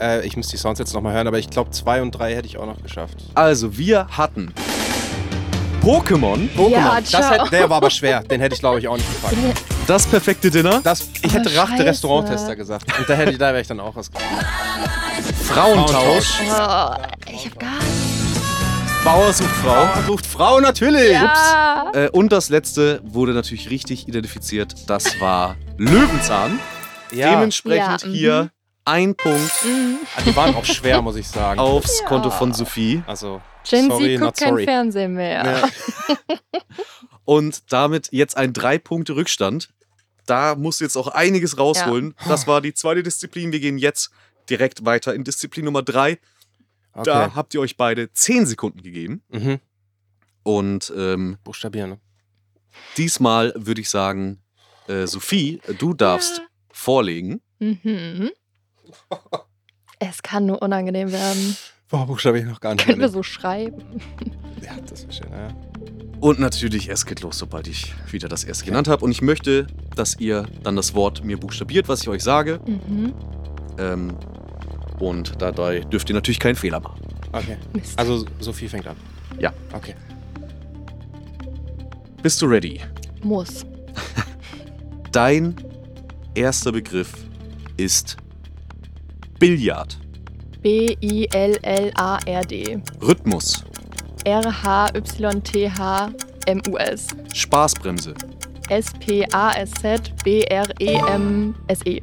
S5: äh, ich müsste die Sounds jetzt nochmal hören, aber ich glaube, zwei und drei hätte ich auch noch geschafft.
S3: Also, wir hatten Pokémon,
S5: Pokémon,
S4: Ja,
S5: Oh, das
S4: ciao.
S5: hätte, der war aber schwer. Den hätte ich, glaube ich, auch nicht gepackt.
S3: das perfekte Dinner,
S5: Das, ich hätte
S4: Oh,
S5: Rachte
S4: scheiße.
S5: Restauranttester gesagt. Und da, hätte, da wäre ich dann auch rausgekommen.
S3: Frauentausch,
S4: Oh, ich hab gar nichts.
S3: Bauer sucht Frau.
S5: Sucht Frau natürlich.
S4: Ah.
S3: Äh, und das letzte wurde natürlich richtig identifiziert. Das war Löwenzahn.
S5: Ja,
S3: Dementsprechend
S4: Ja, mhm.
S3: hier ein Punkt
S5: Ah, die waren auch schwer, muss ich sagen.
S3: aufs Konto von Sophie.
S5: Also,
S4: Gen
S5: sorry,
S4: Z guckt
S5: not
S4: kein
S5: sorry.
S4: Fernsehen mehr.
S5: Ja.
S3: Und damit jetzt ein Drei-Punkte-Rückstand. Da muss jetzt auch einiges rausholen. Das war die zweite Disziplin. Wir gehen jetzt direkt weiter in Disziplin Nummer drei.
S5: Okay.
S3: Da habt ihr euch beide zehn Sekunden gegeben.
S5: Mhm.
S3: Und ähm,
S5: Buchstabieren. ne?
S3: Diesmal würde ich sagen, äh, Sophie, du darfst vorlegen.
S4: Mhm. Es kann nur unangenehm werden.
S5: Boah, Buchstabe ich noch gar nicht.
S4: Können wir so schreiben?
S5: ja, das wäre schön, ja.
S3: Und natürlich, es geht los, sobald ich wieder das erste genannt habe. Und ich möchte, dass ihr dann das Wort mir buchstabiert, was ich euch sage.
S4: Mhm.
S3: Ähm, und dabei dürft ihr natürlich keinen Fehler machen.
S5: Okay.
S4: Mist.
S5: Also Sophie fängt an.
S3: Ja.
S5: Okay.
S3: Bist du ready?
S4: Muss.
S3: Dein erster Begriff ist Billard,
S4: B-I-L-L-A-R-D.
S3: Rhythmus,
S4: R-H-Y-T-H-M-U-S.
S3: Spaßbremse.
S4: E S-P-A-S-Z-B-R-E-M-S-E.
S3: ich
S4: E.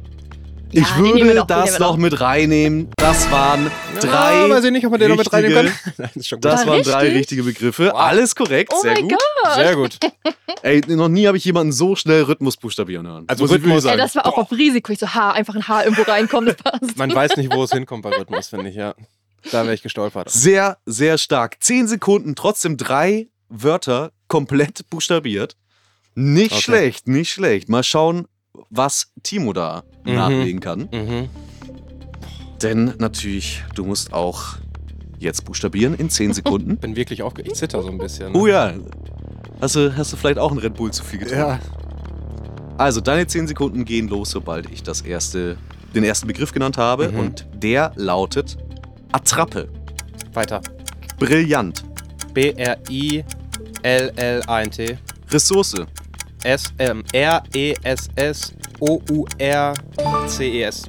S4: Ja, den
S3: würde
S4: nehmen wir doch, den
S3: das
S4: nehmen wir
S3: noch
S4: doch.
S3: mit reinnehmen. Das waren drei.
S5: Ah, weiß ich nicht, ob man den noch mit
S3: richtige-
S5: reinnehmen kann. Nein, ist schon gut.
S3: Das
S4: War
S3: waren drei
S4: richtig?
S3: richtige Begriffe. Alles korrekt.
S4: Oh
S3: Sehr
S4: mein
S3: gut.
S5: Sehr gut.
S3: Ey, noch nie habe ich jemanden so schnell Rhythmus buchstabieren hören.
S5: Also
S3: Muss ich
S5: Rhythmus-
S3: wirklich
S4: Ey, das war auch auf Risiko. Ich so, H, einfach ein H irgendwo reinkommen, das passt.
S5: Man weiß nicht, wo es hinkommt bei Rhythmus, finde ich, ja. Da wäre ich gestolpert.
S3: Sehr, sehr stark. Zehn Sekunden, trotzdem drei Wörter komplett buchstabiert. Nicht
S5: Okay.
S3: schlecht, nicht schlecht. Mal schauen, was Timo da
S5: Mhm.
S3: nachlegen kann.
S5: Mhm.
S3: Denn natürlich, du musst auch jetzt buchstabieren in zehn Sekunden.
S5: Bin wirklich aufge... Ich zitter so ein bisschen. ne?
S3: oh ja. Hast du, hast du vielleicht auch einen Red Bull zu viel getrunken?
S5: Ja.
S3: Also, deine 10 Sekunden gehen los, sobald ich das erste, den ersten Begriff genannt habe.
S5: Mhm.
S3: Und der lautet Attrappe.
S5: Weiter.
S3: Brillant.
S5: B-R-I-L-L-A-N-T.
S3: Ressource.
S5: S ähm, R E S S O U R C E S.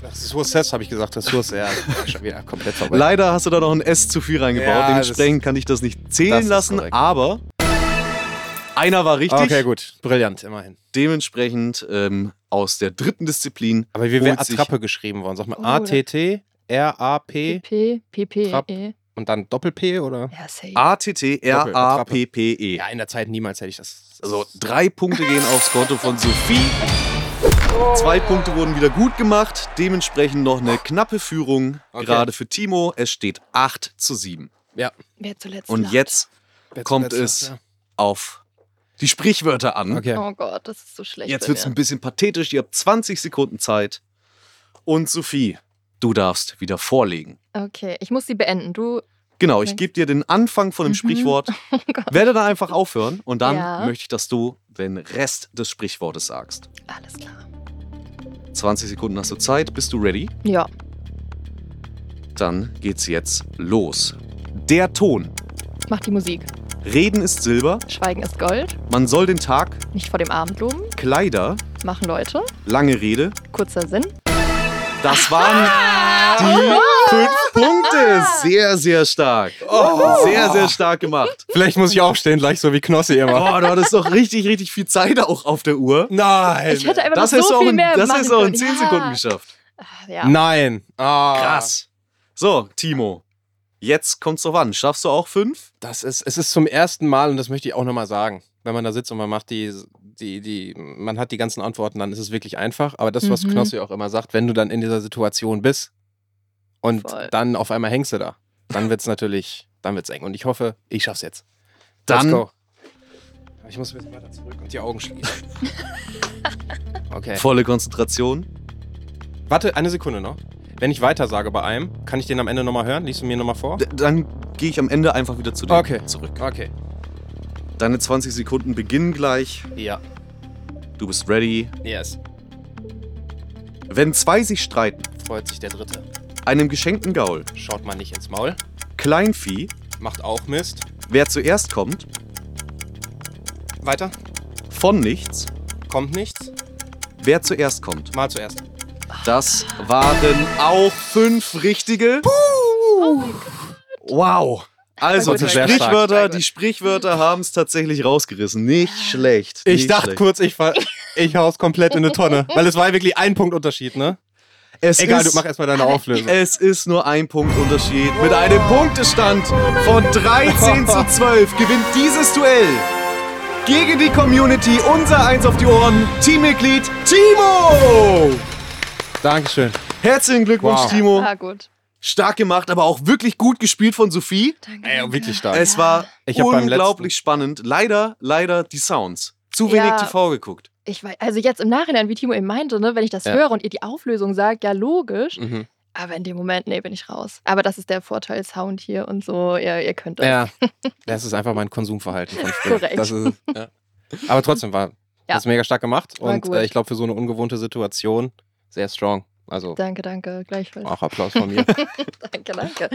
S5: Das ist Ressources, habe ich gesagt. Ressource, ja. Schon wieder komplett vorbei.
S3: Leider hast du da noch ein S zu viel reingebaut.
S5: Ja,
S3: Dementsprechend kann ich das nicht zählen
S5: das ist
S3: lassen,
S5: korrekt.
S3: aber einer war richtig.
S5: Okay, gut. Brillant, immerhin.
S3: Dementsprechend ähm, aus der dritten Disziplin.
S5: Aber wie wäre
S3: holt sich-
S5: Attrappe geschrieben worden? Sag mal
S4: Oh,
S5: A T T R A P
S4: P, P, P,
S5: Trapp.
S4: E.
S5: und dann Doppel P oder?
S4: Ja, safe.
S3: A-T-T-R-A-P-P-E.
S5: Ja, in der Zeit niemals hätte ich das.
S3: E. Also drei Punkte gehen aufs Konto von Sophie. Zwei Punkte wurden wieder gut gemacht. Dementsprechend noch eine knappe Führung,
S5: Okay.
S3: gerade für Timo. Es steht 8 zu 7.
S5: ja.
S4: Wer zuletzt
S3: Und
S4: lacht.
S3: jetzt
S5: Wer
S3: kommt
S5: zuletzt
S3: es
S5: lacht,
S3: auf die Sprichwörter an.
S5: ja. Okay.
S4: Oh Gott, das ist so schlecht.
S3: Jetzt
S4: bei
S3: wird es
S4: mir.
S3: ein bisschen pathetisch. Ihr habt 20 Sekunden Zeit. Und Sophie, du darfst wieder vorlegen.
S4: Okay, ich muss sie beenden. Du,
S3: Genau,
S4: Okay.
S3: ich gebe dir den Anfang von dem
S4: Mhm.
S3: Sprichwort. Werde da einfach aufhören und dann
S4: Ja.
S3: möchte ich, dass du den Rest des Sprichwortes sagst.
S4: alles klar.
S3: 20 Sekunden hast du Zeit. Bist du ready?
S4: Ja,
S3: Dann geht's jetzt los. Der Ton.
S4: mach die Musik.
S3: Reden ist Silber.
S4: Schweigen ist Gold.
S3: Man soll den Tag.
S4: Nicht vor dem Abend loben.
S3: Kleider.
S4: Machen Leute.
S3: Lange Rede.
S4: Kurzer Sinn.
S3: Das waren die fünf Punkte. Sehr, sehr stark. Oh, Sehr, sehr stark gemacht.
S5: Vielleicht muss ich aufstehen, gleich so wie Knossi immer.
S3: Boah, du hattest doch richtig, richtig viel Zeit auch auf der Uhr.
S5: Nein.
S4: Ich hätte einfach
S3: Äh, Das
S4: noch
S3: hast
S4: so
S3: du auch
S4: viel
S3: in,
S4: mehr
S3: das
S4: machen
S3: hast du auch in
S4: können.
S3: 10
S4: ja.
S3: Sekunden geschafft.
S4: Ach, Ja.
S5: Nein. Ah.
S3: Krass. So, Timo. Jetzt kommt's drauf an. Schaffst du auch fünf?
S5: Das ist, es ist zum ersten Mal, und das möchte ich auch nochmal sagen, wenn man da sitzt und man macht die, die, die, man hat die ganzen Antworten, dann ist es wirklich einfach. Aber das, was
S4: Mhm.
S5: Knossi auch immer sagt, wenn du dann in dieser Situation bist und
S4: Voll.
S5: dann auf einmal hängst du da, dann wird es natürlich, dann wird's eng. Und ich hoffe, ich schaff's jetzt.
S3: Dann-
S5: Let's go. Ich muss ein bisschen weiter zurück und die Augen schließen. Okay.
S3: Volle Konzentration.
S5: Warte, eine Sekunde noch. Wenn ich weiter sage bei einem, kann ich den am Ende nochmal hören? Liest du mir nochmal vor?
S3: D dann gehe ich am Ende einfach wieder zu dir
S5: Okay.
S3: zurück.
S5: Okay.
S3: Deine 20 Sekunden beginnen gleich.
S5: Ja.
S3: Du bist ready.
S5: Yes.
S3: Wenn zwei sich streiten,
S5: Freut sich der Dritte.
S3: einem geschenkten Gaul,
S5: Schaut man nicht ins Maul.
S3: Kleinvieh,
S5: Macht auch Mist.
S3: wer zuerst kommt,
S5: Weiter.
S3: von nichts,
S5: Kommt nichts.
S3: wer zuerst kommt.
S5: Mal zuerst.
S3: Das waren auch fünf richtige. wow. Also,
S4: War gut,
S3: die
S5: war gut.
S3: Sprichwörter, die Sprichwörter haben es tatsächlich rausgerissen. Nicht schlecht.
S5: Ich
S3: nicht
S5: dachte
S3: schlecht.
S5: kurz, ich, ver- ich hau's komplett in eine Tonne. Weil es war wirklich ein Punkt Unterschied, ne?
S3: es
S5: Egal,
S3: ist,
S5: du mach erstmal deine Auflösung.
S3: Es ist nur ein Punktunterschied. Mit einem Punktestand von 13 zu 12 gewinnt dieses Duell gegen die Community unser Eins auf die Ohren Teammitglied Timo.
S5: Dankeschön.
S3: Herzlichen Glückwunsch,
S5: Wow.
S3: Timo.
S4: Ah, gut.
S3: Stark gemacht, aber auch wirklich gut gespielt von Sophie.
S4: Danke.
S5: Ey, wirklich stark.
S3: Es war
S5: Ich hab beim
S3: unglaublich spannend. Leider, leider die Sounds. Zu wenig
S4: Ja.
S3: TV geguckt.
S4: Ich weiß, also jetzt im Nachhinein, wie Timo eben meinte, ne, wenn ich das
S5: Ja.
S4: höre und ihr die Auflösung sagt, ja logisch.
S5: Mhm.
S4: Aber in dem Moment, nee, bin ich raus. Aber das ist der Vorteil Sound hier und so. Ja, ihr könnt das.
S5: Ja, das ist einfach mein Konsumverhalten. Von früher.
S4: Korrekt.
S5: Das ist, es. ja. Aber trotzdem war
S4: Ja.
S5: das mega stark gemacht
S4: War
S5: und
S4: gut.
S5: äh, ich glaube für so eine ungewohnte Situation sehr strong. Also
S4: Danke, danke. Gleichfalls.
S5: auch Applaus von mir.
S4: Danke, danke.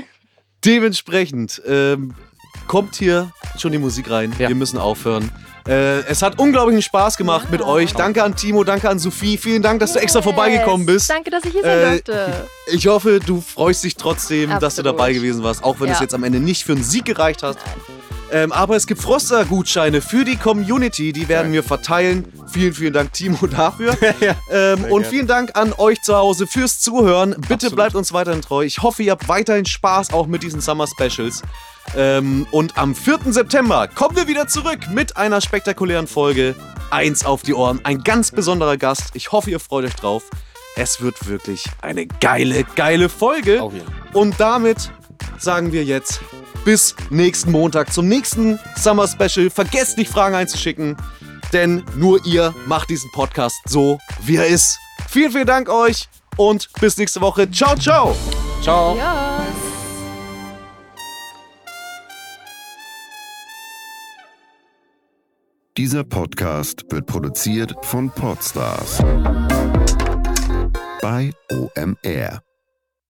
S3: Dementsprechend ähm, kommt hier schon die Musik rein.
S5: Ja.
S3: Wir müssen aufhören. Äh, es hat unglaublichen Spaß gemacht mit euch. Danke an Timo, danke an Sophie. Vielen Dank, dass du extra
S4: Yes.
S3: vorbeigekommen bist.
S4: Danke, dass ich hier sein
S3: Äh,
S4: durfte.
S3: Ich hoffe, du freust dich trotzdem, dass du
S4: Absolut.
S3: dabei gewesen warst, auch wenn
S4: Ja.
S3: es jetzt am Ende nicht für einen Sieg gereicht hast. Ähm, aber es gibt Froster-Gutscheine für die Community, die werden wir verteilen. Vielen, vielen Dank, Timo, dafür. ähm, und vielen Dank an euch zu Hause fürs Zuhören. Bitte bleibt uns weiterhin treu. Ich hoffe, ihr habt weiterhin Spaß auch mit diesen Summer Specials. Ähm, und am 4. September kommen wir wieder zurück mit einer spektakulären Folge. Eins auf die Ohren, ein ganz besonderer Gast. Ich hoffe, ihr freut euch drauf. Es wird wirklich eine geile, geile Folge.
S5: Auf jeden Fall.
S3: Und damit sagen wir jetzt bis nächsten Montag zum nächsten Summer Special. Vergesst nicht, Fragen einzuschicken, denn nur ihr macht diesen Podcast so, wie er ist. Vielen, vielen Dank euch und bis nächste Woche. Ciao, ciao.
S5: Ciao.
S4: Ja.
S7: Dieser Podcast wird
S6: E.
S7: produziert von Podstars bei OMR.